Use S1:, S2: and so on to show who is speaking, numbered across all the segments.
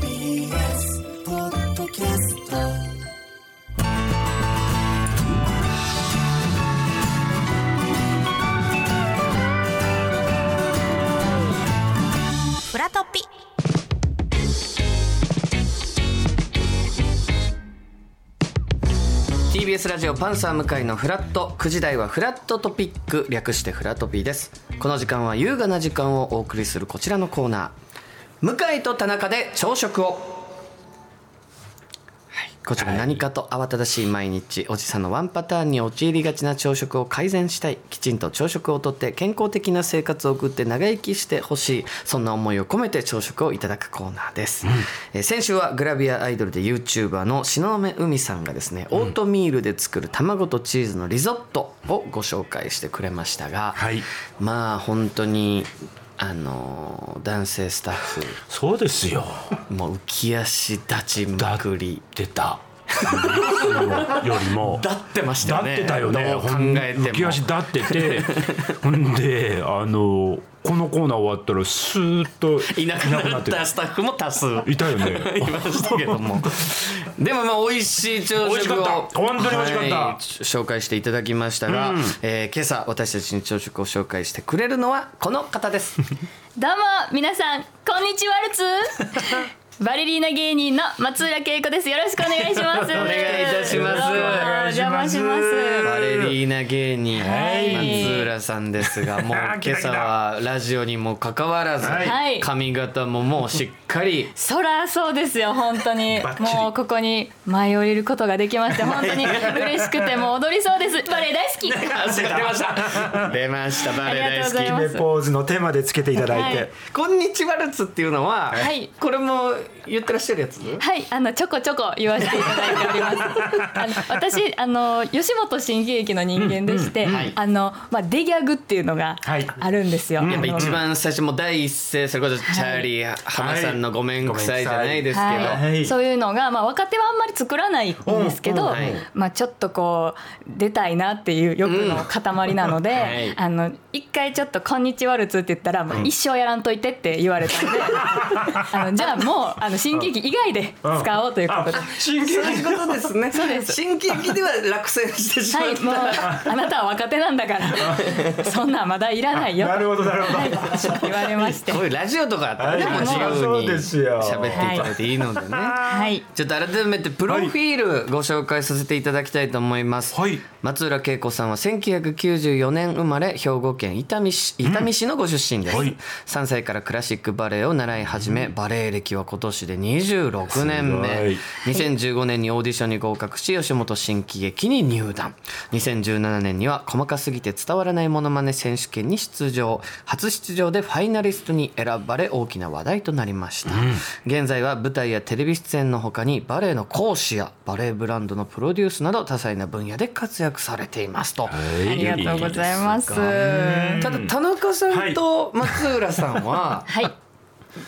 S1: TBS ポッドキャストフラトピ
S2: ー TBS ラジオパンサー向井のフラット9時台はフラットトピック略してフラトピーですこの時間は優雅な時間をお送りするこちらのコーナー向井と田中で朝食をはいこちら何かと慌ただしい毎日おじさんのワンパターンに陥りがちな朝食を改善したいきちんと朝食をとって健康的な生活を送って長生きしてほしいそんな思いを込めて朝食をいただくコーナーです、えー先週はグラビアアイドルで YouTuber の東雲海さんがですねオートミールで作る卵とチーズのリゾットをご紹介してくれましたが、
S3: はい
S2: まあ本当にあのー男性スタッフ
S3: そうですよ
S2: もう浮き足立ちまくり
S3: 出たよりも
S2: だってましたよね
S3: だってたよね
S2: どう考えても
S3: 浮き足立っててほんであのこのコーナー終わったらスーッと
S2: いなくなったスタッフも多数
S3: いたよね
S2: いましたけどもでもまあ美味しい朝
S3: 美味し
S2: 食を
S3: かった本当に美味しかった
S2: はい紹介していただきましたが、えー今朝私たちに朝食を紹介してくれるのはこの方です
S4: どうも皆さんこんにちはルツバレリーナ芸人の松浦恵子ですよろしくお願いしますお
S2: 願いいたします
S4: どうもお邪魔します
S2: バレリーナ芸人
S4: はい
S2: 松浦さんですがもう
S3: あー来た
S2: 今朝はラジオにもかかわらず、
S4: はい
S2: 髪型ももうしっか り
S4: そらそうですよ本当に
S3: バッチリ
S4: もうここに舞い降りることができまして本当に嬉しくてもう踊りそうですバレエ大好き
S2: あ出ました出ましたバレ
S4: あ
S2: 大好
S4: りがとうござい
S2: き
S4: ま
S5: レ
S4: す
S5: ポーズの手までつけていただいて、
S4: はい
S2: こんにちはルツっていうのは、
S4: はい
S2: これも言ってらっしゃるやつ
S4: はい、あのちょこちょこ言わせていただいております。あの私あの吉本新喜劇の人間でして、
S2: はい
S4: あのまあデギャグっていうのが
S5: はい
S4: あるんですよ。
S2: やっぱ
S4: あの
S2: 一番最初もう第一声それこそチャーリー浜さんの「ごめんくさい」じゃないですけど、
S4: はい
S5: はい
S4: そういうのが、まあ、若手はあんまり作らないんですけど、
S2: うんうんはい
S4: まあ、ちょっとこう出たいなっていう欲の塊なので、
S2: はい
S4: あの一回ちょっと「こんにちはルツ」って言ったら「もう一生やらんといて」って言われた のであのじゃあもうあの新喜劇以外で使おうということで。
S2: 新喜劇ことですねそう
S4: です
S2: 新喜劇では落選してしま
S4: はい、もう
S2: っ、
S4: あなたは若手なんだから そんなんまだいらないよ
S5: なるほどなるほど、
S4: と言われましたて
S2: こういうラジオとかあったらね
S5: はい
S2: もう自由
S5: そう
S2: に
S5: ですよ
S2: 喋っていただいていいのでね、
S4: はい
S2: ちょっと改めてプロフィールご紹介させていただきたいと思います、
S3: はい
S2: 松浦恵子さんは1994年生まれ兵庫県伊丹市伊丹市のご出身です、
S3: はい
S2: 3歳からクラシックバレエを習い始め、バレエ歴は今年で26年目2015年にオーディションに合格し吉本新喜劇に入団2017年には細かすぎて伝わらないものまね選手権に出場初出場でファイナリストに選ばれ大きな話題となりました、現在は舞台やテレビ出演のほかにバレエの講師やバレエブランドのプロデュースなど多彩な分野で活躍されていますと、
S4: ありがとうございます
S2: ただ田中さんと松浦さんは
S4: はい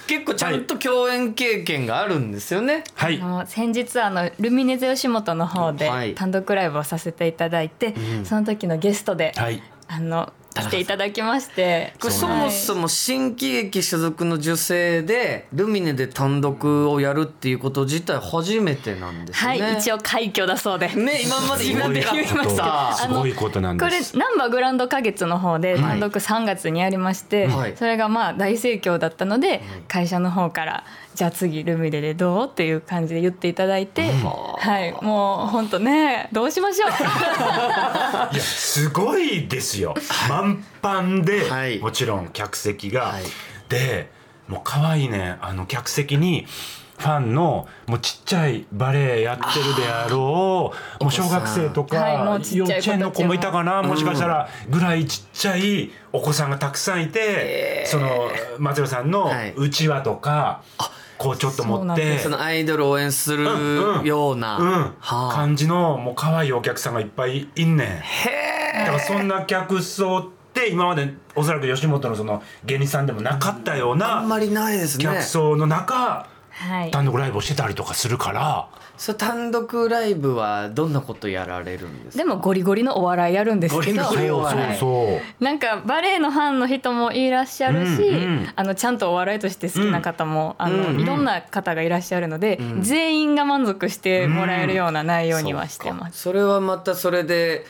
S2: 結構ちゃんと共演経験があるんですよね。
S3: はい
S4: あの先日あのルミネゼ吉本の方
S2: はい
S4: で単独ライブをさせていただいて、その時のゲストで、
S3: はい
S4: あの来ていただきまして
S2: これそもそも新喜劇所属の女性でルミネで単独をやるっていうこと自体初めてなんですよ
S4: は
S2: ね。
S4: い、はい一応快挙だそうで、
S2: ね今まで今まで
S4: 言いま
S3: こと
S4: した
S3: すごいことなん
S4: こ
S3: で
S4: れ
S3: す
S4: ナンバーグランド花月の方で単独3月にありまして、
S2: はい
S4: それがまあ大盛況だったので、会社の方から「じゃあ次ルミネでどう?」っていう感じで言っていただいて、はいもう本当ねどうし ましょう
S3: いやすごいですよ満帆で、
S2: はい
S3: もちろん客席が、
S2: い
S3: でもう可愛いねあの客席にファンのもうちっちゃいバレエやってるであろうもう小学生とか、
S4: はいもうち
S3: 幼
S4: っちゃ
S3: 稚
S4: い子たちも
S3: 園の子もいたかなもしかしたらぐらいちっちゃいお子さんがたくさんいて、その松浦さんの
S2: はいう
S3: ちわとか、こうちょっと
S4: そう
S3: 持
S4: な
S3: っ
S4: ん
S3: て
S4: で
S2: そのアイドルを応援する
S3: うんうん
S2: ような、
S3: うん
S2: はあ、
S3: 感じのもう可愛いお客さんがいっぱいいんねんだからそんな客層って今までおそらく吉本のその芸人さんでもなかったよう
S2: あんま
S3: な
S2: りないですね
S3: 客層の中
S4: はい
S3: 単独ライブをしてたりとかするから
S2: そう単独ライブはどんなことやられるんですか
S4: でもゴリゴリのお笑いやるんですけど
S2: ゴリゴリのお笑い
S4: はい
S3: そう
S4: なんかバレエのファンの人もいらっしゃるし、
S3: うんうん
S4: あのちゃんとお笑いとして好きな方も、あの
S2: うんうん
S4: いろんな方がいらっしゃるので、全員が満足してもらえるような内容にはしてます。
S2: それはまたそれで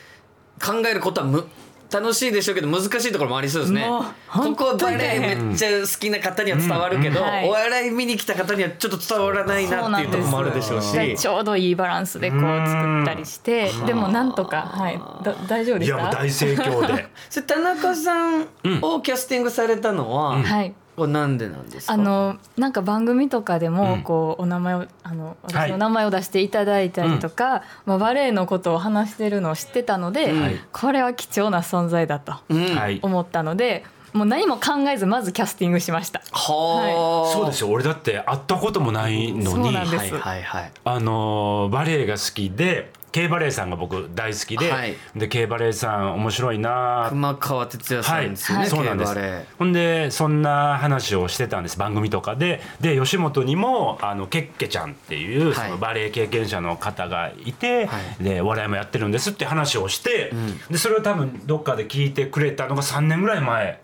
S2: 考えることはむ楽しいでしょうけど難しいところもありそうですね
S4: もう
S2: こ
S4: 本
S2: こ
S4: 当
S2: バ
S4: に
S2: レ
S4: 大
S2: エ
S4: 変
S2: めっちゃ好きな方には伝わるけど、
S4: うんはい
S2: お笑い見に来た方にはちょっと伝わらないなっていうところもあるでしょうし
S4: だからちょうどいいバランスでこう作ったりしてでもなんとか、はい、だ大丈夫で
S3: い
S4: し
S3: やもう
S4: た
S3: 大盛況で
S2: それ田中さんをキャスティングされたのは、
S4: はい
S2: これなんでなんですか
S4: あのなんか番組とかで
S3: う
S4: も
S3: ん
S4: こう、お名前をあの
S3: は
S4: 私
S3: い
S4: の名前を出していただいたりとか、まあ、バレエのことを話してるのを知ってたので、
S3: はい
S4: これは貴重な存在だと
S2: うんは
S3: はい
S4: 思ったのでもう何も考えずまずキャスティングしました。
S2: あ、
S3: そうですよ俺だって会ったこともないの
S4: そう
S3: に
S4: なんです
S2: はいはいはい
S3: あのーバレエが好きで K バレエさんが僕大好きで、
S2: はい
S3: で K バレエさん面白いなーって
S2: 熊川哲也さんですよね、
S3: はい、そうなんで
S2: 競馬
S3: す
S2: で
S3: ほんでそんな話をしてたんです番組とかでで吉本にもあのケッケちゃんっていう、
S2: はい
S3: そのバレエ経験者の方がいて、
S2: はい
S3: でお笑いもやってるんですって話をして、でそれを多分どっかで聞いてくれたのが3年ぐらい前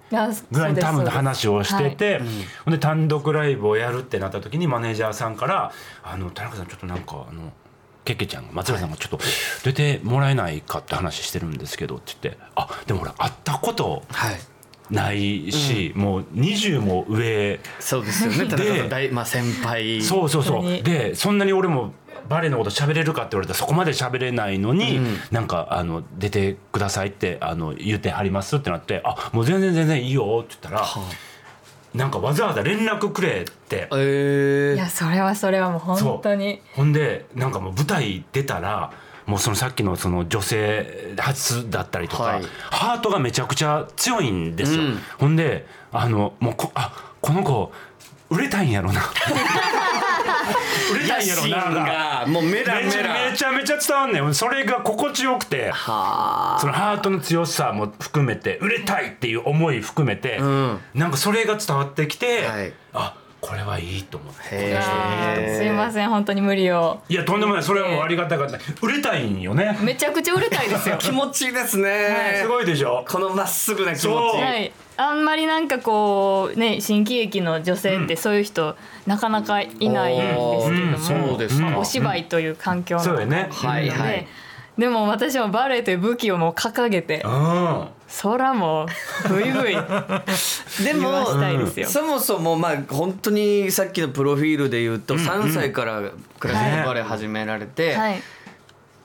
S3: ぐらいに多分話をしてて、ほんで単独ライブをやるってなった時にマネージャーさんから「あの田中さんちょっとなんかあのけけちゃんが松浦さんがちょっと出てもらえないかって話してるんですけど」って言って「あでも俺会ったこと
S2: はい
S3: ないし、もう20も上
S2: そうですよね田中さん大、まあ、先輩
S3: そうそうそ
S4: 本当
S3: う
S4: に
S3: でそんなに俺もバレエのこと喋れるかって言われたらそこまで喋れないのに、なんかあの出てくださいってあの言ってはりますってなって「あもう全然全然いいよ」って言ったら、なんかわざわざ連絡くれって
S2: え
S4: いやそれはそれはもう本当に
S3: ほんでなんかもう舞台出たらもうそのさっきのその女性初だったりとか、
S2: はい
S3: ハートがめちゃくちゃ強いんですよ、
S2: うん
S3: ほんであのもうこあこの子売れたいん やろな売れたいんやろなが
S2: がもうメラメ
S3: めちゃ
S2: ラ
S3: めちゃめちゃ伝わんねんそれが心地よくて
S2: はあ
S3: そのハートの強さも含めて売れたいっていう思い含めて、
S2: ん
S3: なんかそれが伝わってきて、
S2: はい
S3: あこれはいいと思って
S2: へえ
S4: すいません本当に無理を
S3: いやとんでもないそれはもうありがたかった売れたいんよね
S4: めちゃくちゃ売れたいですよ
S2: 気持ちいいですね、
S3: すごいでしょ
S2: このまっすぐな気持ち
S3: そう
S4: はい、あんまりなんかこうね新喜劇の女性ってそういう人、なかなかいないんですけども、
S2: うんそうですか
S4: まあお芝居という環境な
S3: そう
S4: の
S3: だ
S4: で、
S3: よね
S2: はいはい
S4: でも私もバレエという武器をもう掲げて
S3: うん
S4: 空もうブイ ブイ
S2: で
S4: 言わしたいですよ、
S2: そもそもまあ本当にさっきのプロフィールで言うと3歳からクラシックバレエ始められて、
S4: はい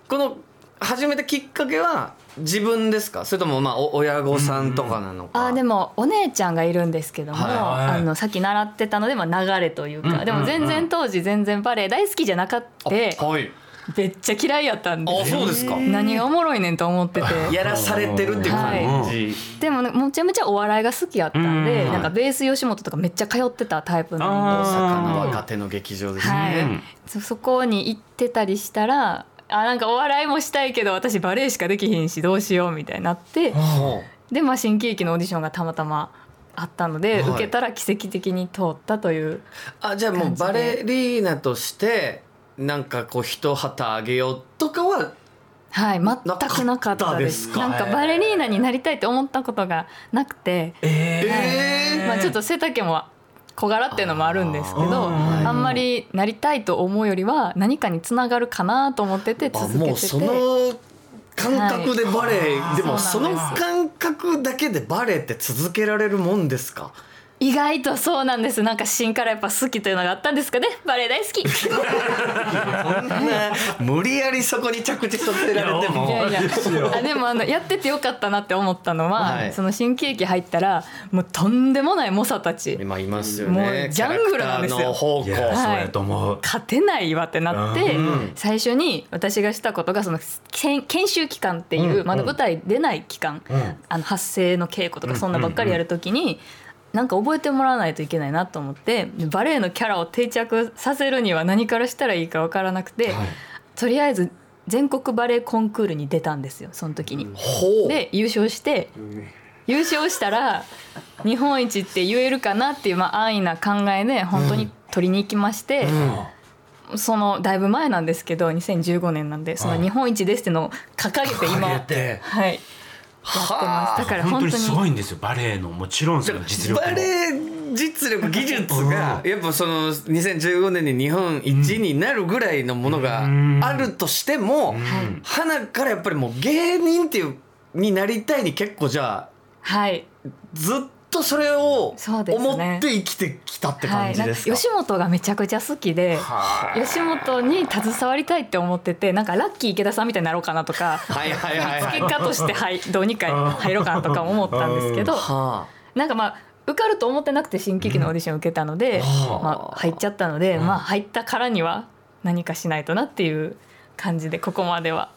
S2: この始めたきっかけは自分ですかそれともまあお親御さんとかなのか、
S4: あーでもお姉ちゃんがいるんですけども、
S2: はい
S3: はい
S4: あのさっき習ってたので、まあ、流れというか、
S3: うんうん
S4: でも全然当時全然バレエ大好きじゃなかった
S2: あはい
S4: めっちゃ嫌いやったんで
S2: あそうですか
S4: 何がおもろいねんと思ってて。
S2: やらされてるっていう感じ、
S4: でもねめちゃめちゃお笑いが好きやったんで、
S3: うん
S4: なんかベース吉本とかめっちゃ通ってたタイプ
S3: あ
S4: の、
S2: 大阪の若手の劇場ですね、
S4: はい
S3: うん
S4: そそこに行ってたりしたらあなんかお笑いもしたいけど私バレエしかできひんしどうしようみたいになって
S2: ほ
S4: で、まあ、新喜劇のオーディションがたまたまあったので、
S2: はい
S4: 受けたら奇跡的に通ったという
S2: うあじゃあもうバレリーナとしてなんかこう一旗あげようとかは
S4: はい全くなかっ
S2: なかっ
S4: たです
S2: たですか
S4: なんかバレリーナになりたいって思ったことがなくて、はいまあ、ちょっと背丈も小柄っていうのもあるんですけど
S3: あ
S4: あんまりなりたいと思うよりは何かにつながるかなと思ってて
S2: あ
S4: 続け
S2: も
S4: て
S2: う
S4: て
S2: その感覚でバレエ、
S3: はい
S2: でもそ
S4: そう
S2: の
S4: なんです
S2: 感覚だけでバレエって続けられるもんですか
S4: 意外とそうなんですなんか芯からやっぱ好きというのがあったんですかねバレエ大好 きい
S2: そんな無理やりそこに着地させられても
S4: やいやあでもあのやっててよかったなって思ったのは、
S2: はい
S4: その新喜劇入ったらもうとんでもない猛者たち
S2: 今いますよ
S4: も
S2: ね
S4: うジャングルなんですよ
S2: キャラクターの方向
S3: いや
S4: い
S3: そうやと思う
S4: 勝てないわってなって、最初に私がしたことがその研研修期間っていう、まだ舞台出ない期間、あの発声の稽古とかそんなばっかりやるときに、なんか覚えてもらわないといけないなと思ってでバレエのキャラを定着させるには何からしたらいいか分からなくて、
S2: はい
S4: とりあえず全国バレエコンクールに出たんですよその時に。で優勝して優勝したら日本一って言えるかなっていう、まあ、安易な考えで本当に取りに行きまして。そのだいぶ前なんですけど2015年なんでその日本一ですってのを掲げて今
S3: 掲げて
S4: はい、やってますだから
S3: 本当
S4: 本当
S3: に
S4: に
S3: すごいんですよバレエのもちろんその実力も
S2: バレエ実力技術がやっぱその2015年に日本一になるぐらいのものがあるとしても、
S3: ん
S2: 花からやっぱりもう芸人っていうになりたいに結構じゃあ
S4: はい
S2: ずっとそれを
S4: そうですね
S2: 思って生きてきたって
S4: は
S2: 感
S4: い、
S2: じ
S4: なんか
S2: ですか。
S4: 吉本がめちゃくちゃ好きで吉本に携わりたいって思っててなんかラッキー池田さんみたいになろうかなとか
S2: はいはいはいはい。
S4: 結果として、はい、どうにか入ろうかなとか思ったんですけど
S2: はあ
S4: なんかまあ受かると思ってなくて新喜劇のオーディション受けたので、
S2: はあ
S4: まあ、入っちゃったので、まあ、入ったからには何かしないとなっていう感じでここまでは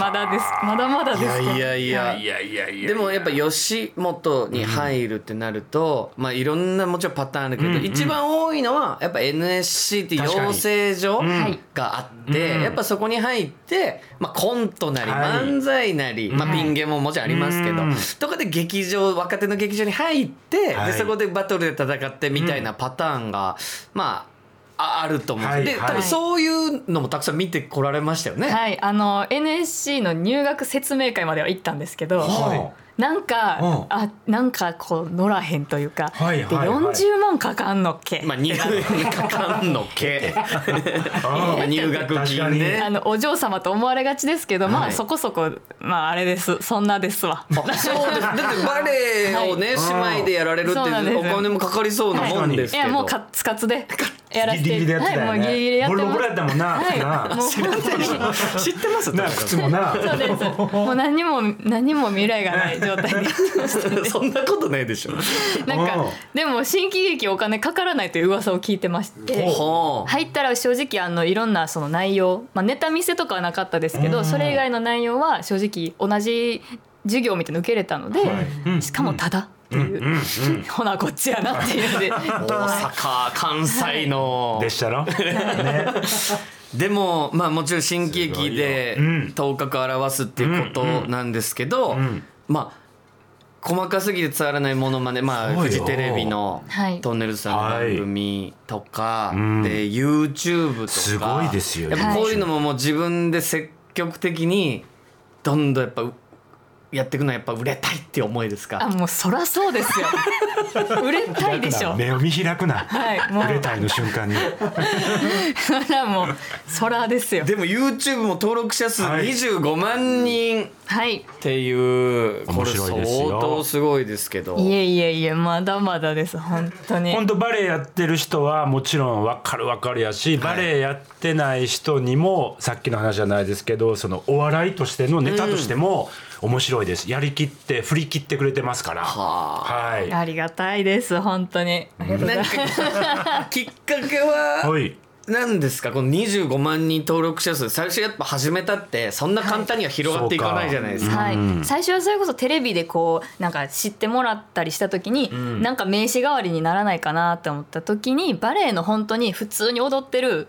S4: まだですまだまだです
S2: いやいやいや
S3: いやいやいや
S2: でもやっぱ吉本に入るってなると、まあいろんなもちろんパターンあるけど、
S3: うんうん
S2: 一番多いのはやっぱ NSC って養成所
S3: 確かに
S2: があって、
S3: うん
S2: やっぱそこに入って、まあ、コントなり
S3: はい
S2: 漫才なり、まあ、ピン芸ももちろんありますけど、
S3: うん
S2: とかで劇場若手の劇場に入って、
S3: はい
S2: でそこでバトルで戦ってみたいなパターンが、まあああると思うんです、
S3: はいはい
S2: で多分そういうのもたくさん見てこられましたよね。
S4: はい、あの NSC の入学説明会までは行ったんですけど、
S3: は
S4: なんか、
S3: うん
S4: あなんかこう乗らへんというか、
S3: はいはい
S4: で
S3: はい
S4: 40万かかんのっけ、
S2: まあ、入学かかんのけ
S3: あ
S2: 入学金ね
S4: あのお嬢様と思われがちですけど、ま
S2: はい
S4: あそこそこまああれですそんなですわ。
S2: あそうですだってバレエをね、
S3: はい
S2: 姉妹でやられるって
S4: そうなんです
S2: お金もかかりそうなもんです
S4: い
S2: けど、
S4: やもうカツカツでやら
S3: ギ
S4: せ
S3: リギリ
S4: て
S3: でやってたよね、
S4: はいもうギリギリやって
S3: ボロ
S4: ま
S3: ボロや
S4: す
S3: ったもんな、
S4: はい
S3: な
S4: もう本当に
S2: 知ってます
S3: な靴もな
S4: そうですもう何にも何にも未来がない 状態に
S2: そんなことないで しょ
S4: なん
S3: う
S4: か
S3: ん
S4: でも新喜劇お金かからないという噂を聞いてまして
S2: ほう
S4: 入ったら正直あのいろんなその内容、まあ、ネタ見せとかはなかったですけど、
S3: うん
S4: それ以外の内容は正直同じ授業みたいなの受けれたので、
S3: うん
S4: しかもただっていう、ほなこっちやなっていうので
S2: 大阪関西の、
S3: でしたろ、ね、
S2: でもまあもちろん新喜劇で
S3: ごいようん
S2: 頭角を表すっていうことなんですけど、
S3: ん
S2: まあ細かすぎて伝わらないものまね、まあ、
S3: そうよ
S2: フジテレビの
S4: はい
S2: トンネルズさんの番組とか、
S3: うん
S2: で YouTube とか
S3: すごいですよ
S2: やっぱこういうのももう自分で積極的にどんどんやっぱうやっていくのはやっぱ売れたいっていう思いです
S4: あ
S2: か
S4: もうそらそうですよ売れたい でしょ
S3: 目を見開くな
S4: はいもう
S3: 売れたいの瞬間に
S4: そらもうそらですよ
S2: でも YouTube も登録者数
S3: はい
S2: 25万人
S4: はい
S2: っていうこ
S3: 面
S2: れ
S3: 白
S2: 相
S3: いですよ
S2: 当すごいですけど
S4: いえいえいえまだまだです本当に
S3: 本当バレエやってる人はもちろん分かる分かるやしバレエやってない人にもさっきの話じゃないですけどそのお笑いとしてのネタとしても面白いですやりきって振り切ってくれてますから
S2: は
S3: はい
S4: ありがたいです本当にありがとうござい
S2: なん
S4: ます
S2: かきっかけは
S3: はい
S2: 何ですかこの25万人登録者数最初やっぱ始めたってそんな簡単には広がっていかないじゃないですか。
S4: はい、最初はそれこそテレビでこうなんか知ってもらったりした時に、なんか名刺代わりにならないかなって思った時にバレエの本当に普通に踊ってる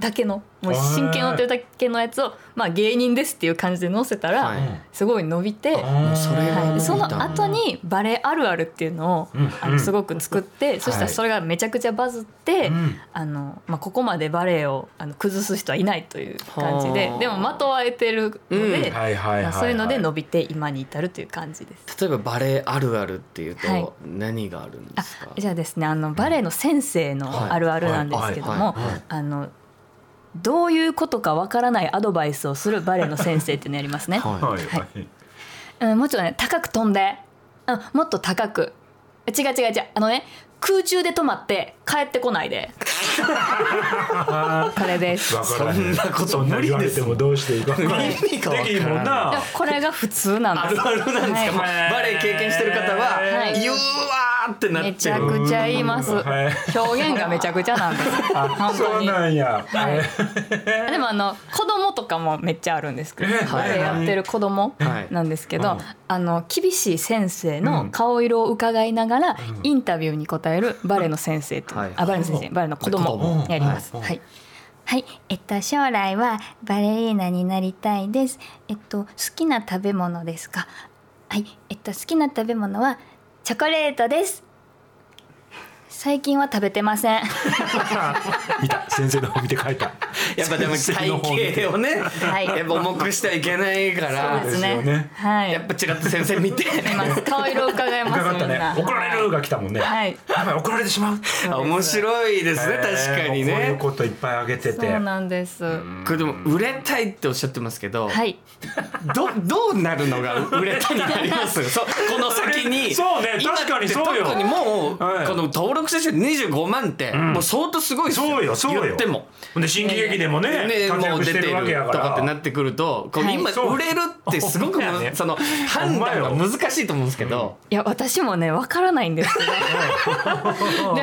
S4: だけのもう真剣に踊ってるだけのやつを、まあ、芸人ですっていう感じで載せたら、
S2: はい
S4: すごい伸びて。
S3: もう
S2: それ
S4: はい、その
S2: あ
S4: 後にバレエあるあるっていうのを、あのすごく作って、そしたらそれがめちゃくちゃバズって、
S3: ん
S4: あのまあ、ここまでバレエをあの崩す人はいないという感じで
S2: はあ
S4: でも的は得てるので、
S2: うん
S3: はいはいはい、はい、
S4: そういうので伸びて今に至るという感じです。
S2: 例えばバレエあるあるっていう
S4: はい
S2: と何があるんですか、
S4: じゃあですねあのバレエの先生
S2: はい
S4: のあるあるなんですけど
S2: はい
S4: もあのどういうことかわからないアドバイスをするバレエの先生っていうのやりますね。
S2: はい
S3: はいはい、
S4: うん、もうちょっとね高く飛んで、うん、もっと高く違う違う違うあのね空中で止まって帰ってこな いでこれです。
S3: 分からへん
S2: そんなこと
S3: そんな言わ
S2: 無理で
S3: れ
S2: す
S3: てもどうしていいか分からへん
S2: 意味が分からん
S3: できんもん
S4: で
S3: な
S4: もこれが普通なん
S2: あ
S4: で
S2: る
S4: す。
S2: あるなんですか、
S4: は
S3: はい
S2: まあバレエ経験してる方は、
S4: はい
S2: 言うわーってなっ
S4: め
S2: ち
S4: ち
S2: ゃ
S4: ゃ
S2: う
S4: くちゃ言います。
S3: はい
S4: 表現がめちゃくちゃなんです。本
S3: そ
S4: 当
S3: う
S4: に。
S3: なんや、
S4: はい、でもあの子供とかもめっちゃあるんですけど、バレエやってる子供
S2: はい
S4: なんですけど、
S3: うん
S4: あの厳しい先生の顔色を伺いながら、インタビューに答えるバレエの先生と、
S2: はい
S4: あバレエの先生バレエの子
S2: 子供
S4: 供やります。はい
S6: はい、えっと将来はバレリーナになりたいです。えっと好きな食べ物ですか。はい、えっと好きな食べ物はチョコレートです。最近は食べてません。
S5: 見た先生の方見て書いた
S2: やっぱでも体型をね、
S4: い
S2: やっぱ重くしてはいけないから
S4: そうです
S3: よ
S4: ね
S3: ね。
S4: はい。
S2: やっぱちらっと先生見て
S4: 見ます顔色を伺います。
S3: 伺った
S4: みんな
S3: ね怒られるが来たもんね
S4: はい。
S3: やばい怒られてしまう
S2: あ面白いですね確かに
S3: えーこういう
S2: ね
S3: こといっぱいあげて
S4: そう
S3: て
S4: なんです。は
S2: これでも売れたいっておっしゃってますけど、
S4: い。
S2: どどうなるのが売れたになり ますそこの先に
S3: そうね
S2: 今って
S3: 確かにそうよ
S2: 特にもう、
S3: はい
S2: この登録者数25万って、もう相当すごいですよ
S3: そうよそうよ
S2: 言っても。
S3: ほんで新喜劇でもね
S2: ね、
S3: 活
S2: もう出
S3: 躍してて
S2: る
S3: るわけや
S2: と
S3: か
S2: かってな
S3: ら
S2: ってくると、こう
S4: はい
S2: 今
S3: そう
S2: 売れるってすごく
S3: ほんまや
S2: む
S3: ね
S2: その判断が難しいと思うんですけど、
S4: いや私もねわからないんですけどでも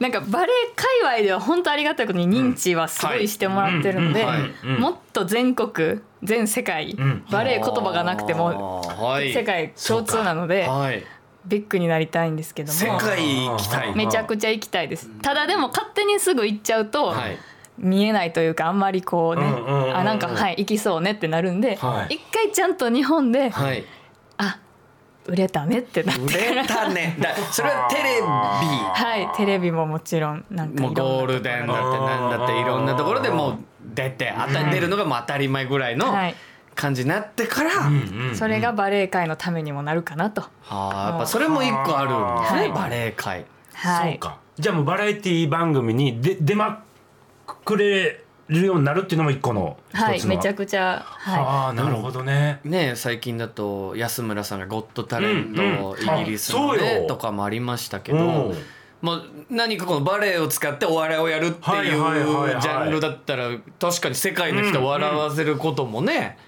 S4: なんかバレエ界隈では本当ありがたいことに認知はすごいしてもらってるので、
S2: うんはい
S3: うん
S4: もっと全国全世界、
S3: ん
S4: バレエ言葉がなくても
S2: あーはい
S4: 世界共通なので、
S2: はい、
S4: ビッグになりたいんですけど
S2: 世
S4: も
S2: 界行きたい。
S4: めちゃくちゃ行きたいですただでも勝手にすぐ行っちゃうと、
S2: はい
S4: 見えないというかあんまりこうね、
S3: うんうんうんうん
S4: あなんかはい行きそうねってなるんで、
S3: はい
S4: 一回ちゃんと日本で、
S2: はい
S4: あ売れたねってなって
S2: 売れた ね。だそれはテレ
S4: はい、テレビももちろんなん
S2: ビ、
S4: か
S2: もう
S4: いろんな
S2: ゴールデンだってなんだっていろんなところでもう出て、あた出るのがもう当たり前ぐらいの
S4: はい
S2: 感じになってから、
S4: それがバレエ界のためにもなるかなと。
S2: あーやっぱそれも一個あるんですね、バレエ界。
S4: は
S3: そう
S4: い。
S3: かじゃあもうバラエティ番組に出出まくれるようになるっていうのも一個の一つの
S4: はい、めちゃくちゃ、は
S3: ああなるほどね
S2: ね、最近だと安村さんが「ゴッドタレント」
S3: うんうん
S2: イギリスの、
S3: あそう
S2: ね
S3: よ
S2: とかもありましたけ
S3: う
S2: ど
S3: ん、
S2: まあ、何かこのバレエを使ってお笑いをやるって
S3: はい
S2: い
S3: はいはいは
S2: う
S3: い
S2: ジャンルだったら確かに世界の人を笑わせることもね、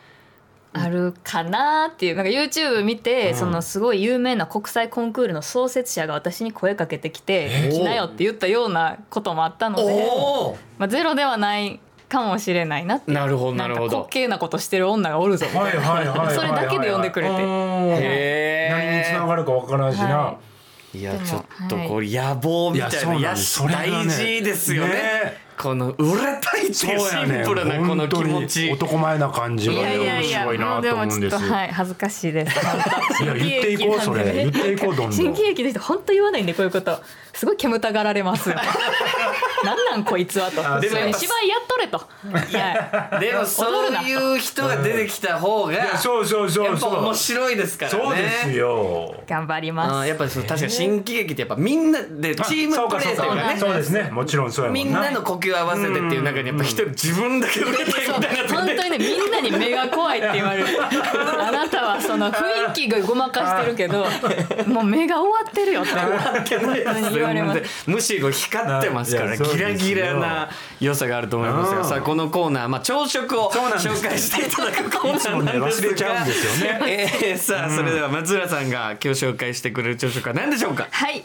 S4: い、あるかなっていう、なんか YouTube 見て、そのすごい有名な国際コンクールの創設者が私に声かけてきて、来なよって言ったようなこともあったので、
S2: おお
S4: まあゼロではないかもしれないなっていう。
S2: なるほどなるほ
S4: んか
S2: ど
S4: 滑。稽なことしてる女がおるぞみたいな。
S3: はいはいはいはいはい
S4: それだけで呼んでくれて
S3: うん
S2: へ
S3: 何につな
S2: え。
S3: がるかわからんしな、
S4: はい
S2: いやちょっとこれ野望みた
S3: いや
S2: い
S3: そ
S2: な
S3: う
S2: い
S3: なん
S2: や
S3: ですそれがね
S2: 大事ですよね
S3: ね
S2: この売れたいっていうシンプルなこの気持ち。
S3: 男前な感じが
S4: いや
S3: ね
S4: いや
S3: 面
S4: いや、
S3: 白い
S4: も
S3: な
S4: うで
S3: と思
S4: も
S3: うん
S4: ちょ
S3: で
S4: っ
S3: す
S4: とはい恥ずかしいです。本当
S3: いや言っていこうそれ言っていこうどんどん
S4: 新喜劇の人本当言わないんでこういうことすごい煙たがられますよなんなんこいつはと
S3: あ
S4: で
S2: そう
S4: も芝居やっとれとはい
S2: でもそういう人が出てきた方がや
S3: そうそうそ
S2: っ
S3: う
S2: ぱ
S3: そう
S2: 面白いですからね。
S3: そうですよ
S4: 頑張り
S2: あ
S4: ま
S2: ー
S4: す
S2: やっぱりその確かに新喜劇ってやっぱみんなでチームプレーというか
S3: あ
S2: ね
S3: そうかそうかそうですねもちろんそうやも
S2: み
S3: ん
S2: ん
S3: な
S2: なの呼吸を合わせてっていう中にやっぱ一人自分だけ売れてるみたい
S4: そう
S2: になって
S4: 本当にねみんなに目が怖いって言われるあなたはその雰囲気がごまかしてるけどもう目が終わってるよって本当に言われます
S2: むしろ光ってますか
S3: は
S2: ら
S3: いいや
S2: ギラギラな良さがあると思います
S3: う
S2: が
S3: ん
S2: さあこのコーナー、まあ、朝食を
S3: そうなんです
S2: 紹介していただくコーナーなんです
S3: いつもね忘れちゃうんですよ
S2: が えーさあそれでは松浦さんが今日紹介してくれる朝食は何でしょうか
S4: はい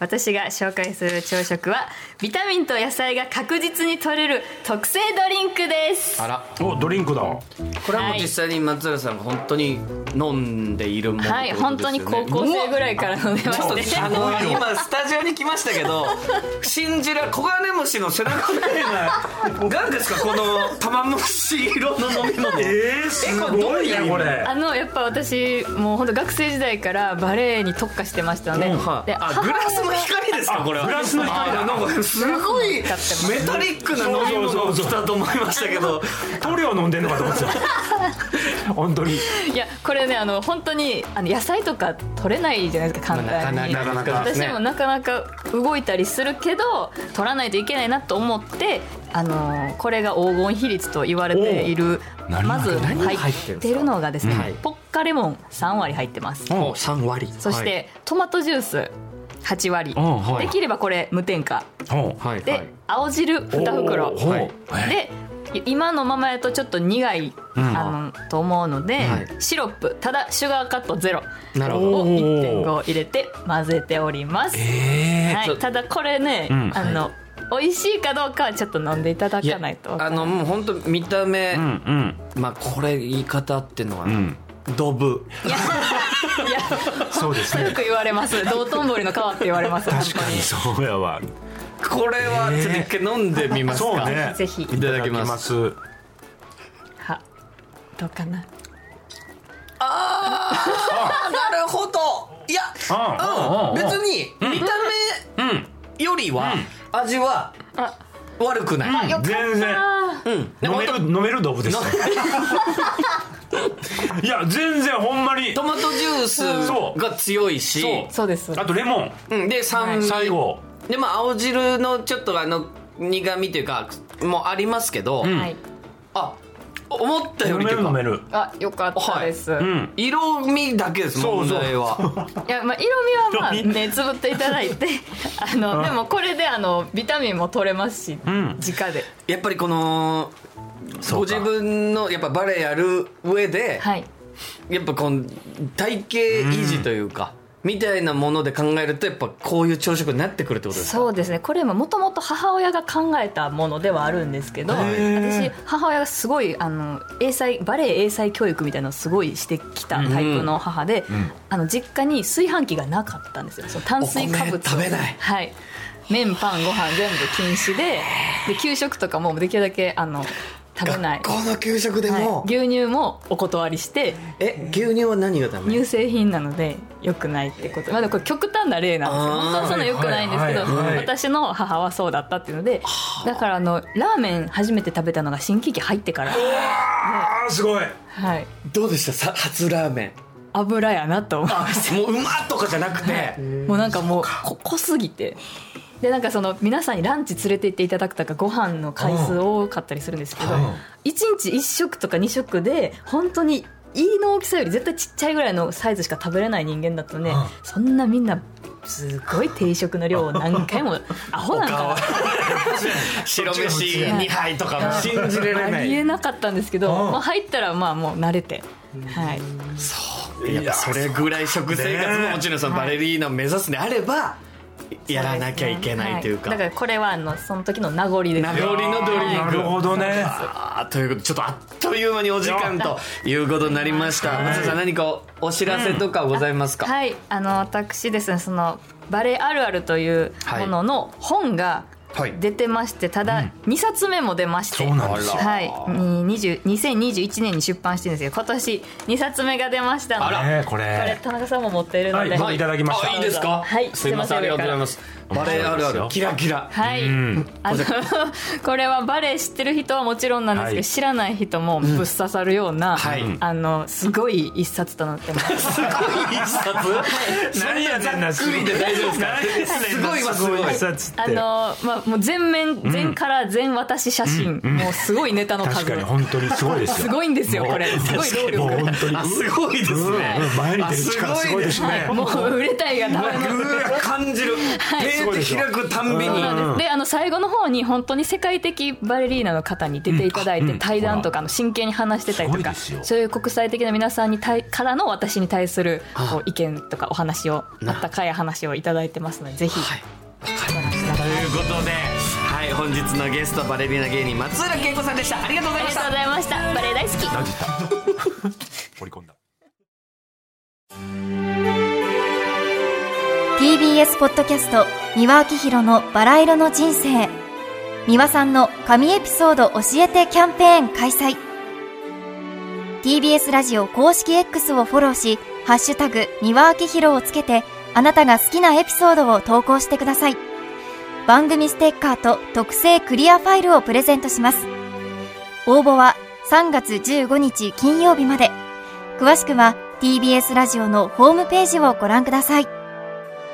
S4: 私が紹介する朝食はビタミンと野菜が確実に取れる特製ドリンクです
S2: あら
S3: おドリンクだ
S2: これはもう実際に松浦さんが本当に飲んでいるもの
S4: はい本当に高校生ぐらいから飲んでま
S2: ちょっとね
S4: して
S2: あの今スタジオに来ましたけど信じられ黄金虫の背中みたいな何ですかこの玉虫色の飲み物
S3: えー、す
S2: え
S3: ごい
S2: これどういう
S3: ねこれ
S4: あのやっぱ私もう本当学生時代からバレエに特化してましたので,、
S2: はい
S4: で
S2: あグラスの光ですかこれは
S3: グラスの光だ
S2: あなんかすごいメタリックな飲み物来たと思いましたけど
S3: 塗料飲んでんのかと思って た本当に
S4: いやこれねあの本当にあの野菜とか取れないじゃないですか簡単に。
S2: なかなかです
S4: 私
S2: ね
S4: もなかなか動いたりするけど取らないといけないなと思って、あのーこれが黄金比率と言われている
S3: 何
S4: まず
S2: 何が
S4: 入
S2: 入ってるん
S4: っ
S2: です
S4: て
S2: か
S4: るのがですね、
S2: はい
S4: ポッカレモン3割入ってます、
S2: お3割
S4: そして、トマトジュース8割、
S2: んはい
S4: できればこれ無添加
S3: ほう
S2: はい
S4: で、
S2: はい
S4: 青汁2袋
S3: おーほう
S2: はい
S4: で今のままやとちょっと苦い、あのと思うので、
S2: はい
S4: シロップただシュガーカットゼロ
S2: なるほど
S4: を1.5入れて混ぜております、
S3: え
S4: は
S2: ちょ
S4: い、ただこれね、
S3: ん
S4: あの美味しいかどうかはちょっと飲んでいただ
S2: い
S4: か
S2: や
S4: ないとわか
S2: あ
S4: らな
S2: の
S4: い
S2: もう本当見た目、
S3: うんうん
S2: まあこれ言い方あってんのか
S3: う
S2: な、
S3: ん
S2: ドブ
S4: いや
S3: そうです
S4: よ
S3: ね
S4: く言われます道頓堀の川って言われます
S3: 確かにそうやわ
S2: これはちょっと一回飲んでみますか、
S3: そうね
S4: ぜひ
S2: いただきます
S3: す
S4: はどうかな
S2: あなるほどいや
S3: あ
S2: うん別に見た目よりは味は悪くない、
S3: 全然
S2: うんで
S3: 飲
S2: も
S3: める
S2: 本
S3: 飲めるドブですね いや全然ほんまに
S2: 当トマトジュースが強いし
S3: そう
S4: そうです
S3: あとレモン
S2: うんで酸味、
S3: 最後
S2: でまあ青汁のちょっとあの苦味というかもうありますけど、
S4: はい
S2: あ思った
S3: 飲
S2: より
S3: め
S2: と
S3: る
S2: いう
S3: 飲
S2: か
S3: める
S4: あよかったです、
S3: う
S4: い、
S3: ん
S2: 色味だけです
S3: そう
S2: 問
S3: そう
S2: 題は
S4: やまあ色味はまあねつぶっていただいてあのでもこれであのビタミンも取れますし、
S3: ん
S4: 直で
S2: やっぱりこのご
S3: そうか
S2: 自分のやっぱバレエやる上で、
S4: はい
S2: やっぱこの体型維持というか、みたいなもので考えるとやっぱこういう朝食になってくるってことですか
S4: そうですねこれももともと母親が考えたものではあるんですけど私母親がすごいあの英才バレエ英才教育みたいなのをすごいしてきたタイプの母で、あの実家に炊飯器がなかったんですよその炭水化物
S2: お
S4: を
S2: 米食べない
S4: はい麺パンご飯全部禁止でで給食とかもできるだけあの食べない、
S2: 学校の給食でも、
S4: はい、牛乳もお断りして
S2: え牛乳は何がダメ
S4: 乳製品なので良くないってことまあでもこれ極端な例なんですよ
S2: あー
S4: 本当はそんな良くないんですけど、
S3: はいはいはい
S4: 私の母はそうだったっていうのでだからあのラーメン初めて食べたのが新喜劇入ってから、
S3: あーすごい
S4: はい、
S2: どうでしたさ初ラーメン
S4: 油やなと思う
S2: もううまっとかじゃなくて
S4: もうなんかもうこ濃すぎてでなんかその皆さんにランチ連れて行っていただくとかご飯の回数多かったりするんですけど1日1食とか2食で本当に胃の大きさより絶対ちっちゃいぐらいのサイズしか食べれない人間だったのでそんなみんなすごい定食の量を何 回もアホなんか
S2: 白飯2杯とかも信じれ
S4: なありえなかったんですけど
S3: うん
S4: まあ入ったらまあもう慣れてはい
S2: やっぱそれぐらい食生活ももちろんそのバレリーナを目指すんであればやらなきゃいけないというか、
S4: はだからこれはあのその時の名残です
S2: 名残のドリンク
S3: なるほどね
S2: あーということでちょっとあっという間にお時間ということになりました松田さん何かお知らせとかございますか、
S4: はい、あの私ですねそのバレエあるあるというものの本が
S2: はい
S4: 出てまして、ただ2冊目も出まして、
S3: そうなんですよ
S4: はい、に20 2021年に出版してるんですけど今年2冊目が出ましたので
S3: ねこ
S4: これ
S3: れ
S4: 田中さんも持っているので、
S3: はいはいいただきました
S2: あいいですか。
S4: はい
S2: すいません、あ
S4: す
S2: り
S4: い
S2: がとうんござい
S4: ませ
S2: ます。バレエあるある、キラキラ。
S4: はい、あの これはバレエ知ってる人はもちろんなんですけど、
S3: はい
S4: 知らない人もぶっ刺さるような、
S2: はい
S4: あのすごい一冊となってます。
S2: すごい一冊。何やざっくりで大丈夫ですか。すごいわ、すごい。
S4: あのまあ、もう全面全から全私写真、もうすごいネタの数
S3: 確かに本当にすごいですよ
S4: すごいんですよこれすごい労
S3: もう
S4: 力
S3: 本当に
S2: あ、すごいですね。
S3: うん前に出る力
S2: あ
S3: すごいですね
S4: もう売れたいがための
S2: うわ感じる。ページ開くたんび
S4: そう
S2: に。
S4: なんですであの最後の方に本当に世界的バレリーナの方に出ていただいて対談とかの真剣に話してたりとか
S3: すごいですよ
S4: そういう国際的な皆さんに対からの私に対するこう意見とかお話をあったかい話をいただいてますのでぜひ
S2: はいということで、はい、本日のゲストバレリーナ芸人松浦恵子さんでした。ありがとうございました。
S4: ございましたバレエ大好き
S3: 掘り込んだ
S7: TBS ポッドキャスト三輪明宏のバラ色の人生三輪さんの神エピソード教えてキャンペーン開催 TBS ラジオ公式 X をフォローし「ハッシュタグ三輪明宏」をつけてあなたが好きなエピソードを投稿してください番組ステッカーと特製クリアファイルをプレゼントします応募は3月15日金曜日まで詳しくは TBS ラジオのホームページをご覧ください